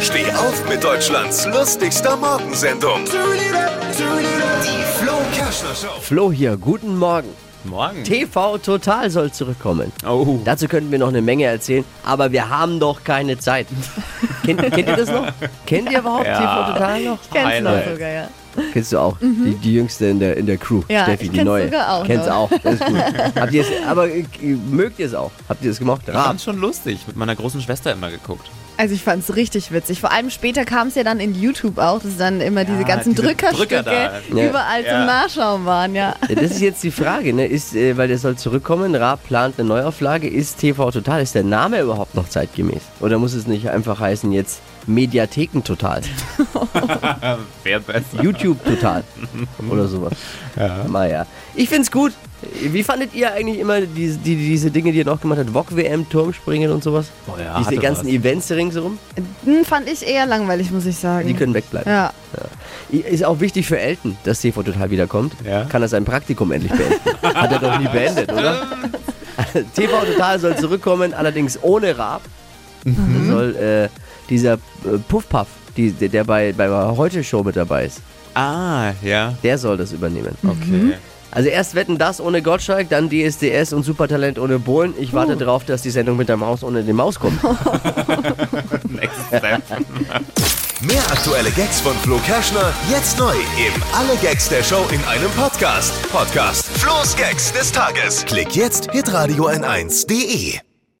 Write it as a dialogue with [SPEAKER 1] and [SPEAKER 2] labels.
[SPEAKER 1] Steh auf mit Deutschlands lustigster Morgensendung. Die Flo Kerschner Show.
[SPEAKER 2] Flo hier, guten Morgen.
[SPEAKER 3] Morgen.
[SPEAKER 2] TV Total soll zurückkommen.
[SPEAKER 3] Oh.
[SPEAKER 2] Dazu könnten wir noch eine Menge erzählen, aber wir haben doch keine Zeit. kennt, kennt ihr das noch? Kennt ihr überhaupt
[SPEAKER 3] Ja.
[SPEAKER 2] TV Total noch?
[SPEAKER 4] Kennst du
[SPEAKER 3] Highlight.
[SPEAKER 4] noch sogar, ja.
[SPEAKER 2] Kennst du auch. Die, die jüngste in der, in der Crew,
[SPEAKER 4] Mhm. Ja,
[SPEAKER 2] Steffi,
[SPEAKER 4] ich
[SPEAKER 2] die
[SPEAKER 4] kenn's
[SPEAKER 2] neue.
[SPEAKER 4] sogar auch
[SPEAKER 2] Kennst
[SPEAKER 4] noch.
[SPEAKER 2] auch, das ist gut. Habt ihr es, aber äh, mögt ihr es auch? Habt ihr es gemacht?
[SPEAKER 3] Ich fand's schon lustig. Mit meiner großen Schwester immer geguckt.
[SPEAKER 4] Also ich fand's richtig witzig. Vor allem später kam es ja dann in YouTube auch, dass dann immer diese ganzen
[SPEAKER 3] diese
[SPEAKER 4] Drückerstücke
[SPEAKER 3] Drücker da.
[SPEAKER 2] Ja.
[SPEAKER 4] überall
[SPEAKER 3] Ja.
[SPEAKER 4] zum Nachschauen waren, ja.
[SPEAKER 2] Ja, Das ist jetzt die Frage, ne? Ist, äh, weil der soll zurückkommen, Raab plant eine Neuauflage, ist TV Total, ist der Name überhaupt noch zeitgemäß? Oder muss es nicht einfach heißen jetzt Mediatheken Total,
[SPEAKER 3] Wer besser?
[SPEAKER 2] YouTube Total oder sowas? Ja. Naja. Ich find's gut. Wie fandet ihr eigentlich immer die, die, diese Dinge, die ihr noch gemacht habt? Wok WM, Turmspringen und sowas?
[SPEAKER 3] Oh ja,
[SPEAKER 2] Diese
[SPEAKER 3] hatte
[SPEAKER 2] ganzen
[SPEAKER 3] was.
[SPEAKER 2] Events ringsherum,
[SPEAKER 4] Hm, fand ich eher langweilig, muss ich sagen.
[SPEAKER 2] die
[SPEAKER 3] Mhm.
[SPEAKER 2] können wegbleiben.
[SPEAKER 4] ja.
[SPEAKER 2] Ist auch wichtig für Elton, dass TV Total wiederkommt.
[SPEAKER 3] Ja.
[SPEAKER 2] Kann er sein Praktikum endlich beenden? Hat er doch nie beendet, oder? TV Total soll zurückkommen, allerdings ohne Raab.
[SPEAKER 3] Mhm.
[SPEAKER 2] Da Soll äh, dieser äh, Puff Puff, die, der der bei, bei der Heute Show mit dabei ist,
[SPEAKER 3] Ah, ja.
[SPEAKER 2] der soll das
[SPEAKER 3] Mhm.
[SPEAKER 2] übernehmen.
[SPEAKER 3] Okay.
[SPEAKER 2] Also erst wetten das ohne Gottschalk, dann DSDS und Supertalent ohne Bohlen. Ich warte darauf, dass die Sendung mit der Maus ohne die Maus kommt.
[SPEAKER 3] Next step.
[SPEAKER 1] Mehr aktuelle Gags von Flo Kerschner jetzt neu im Alle Gags der Show in einem Podcast. Podcast Flo's Gags des Tages. Klick jetzt hitradio n1.de.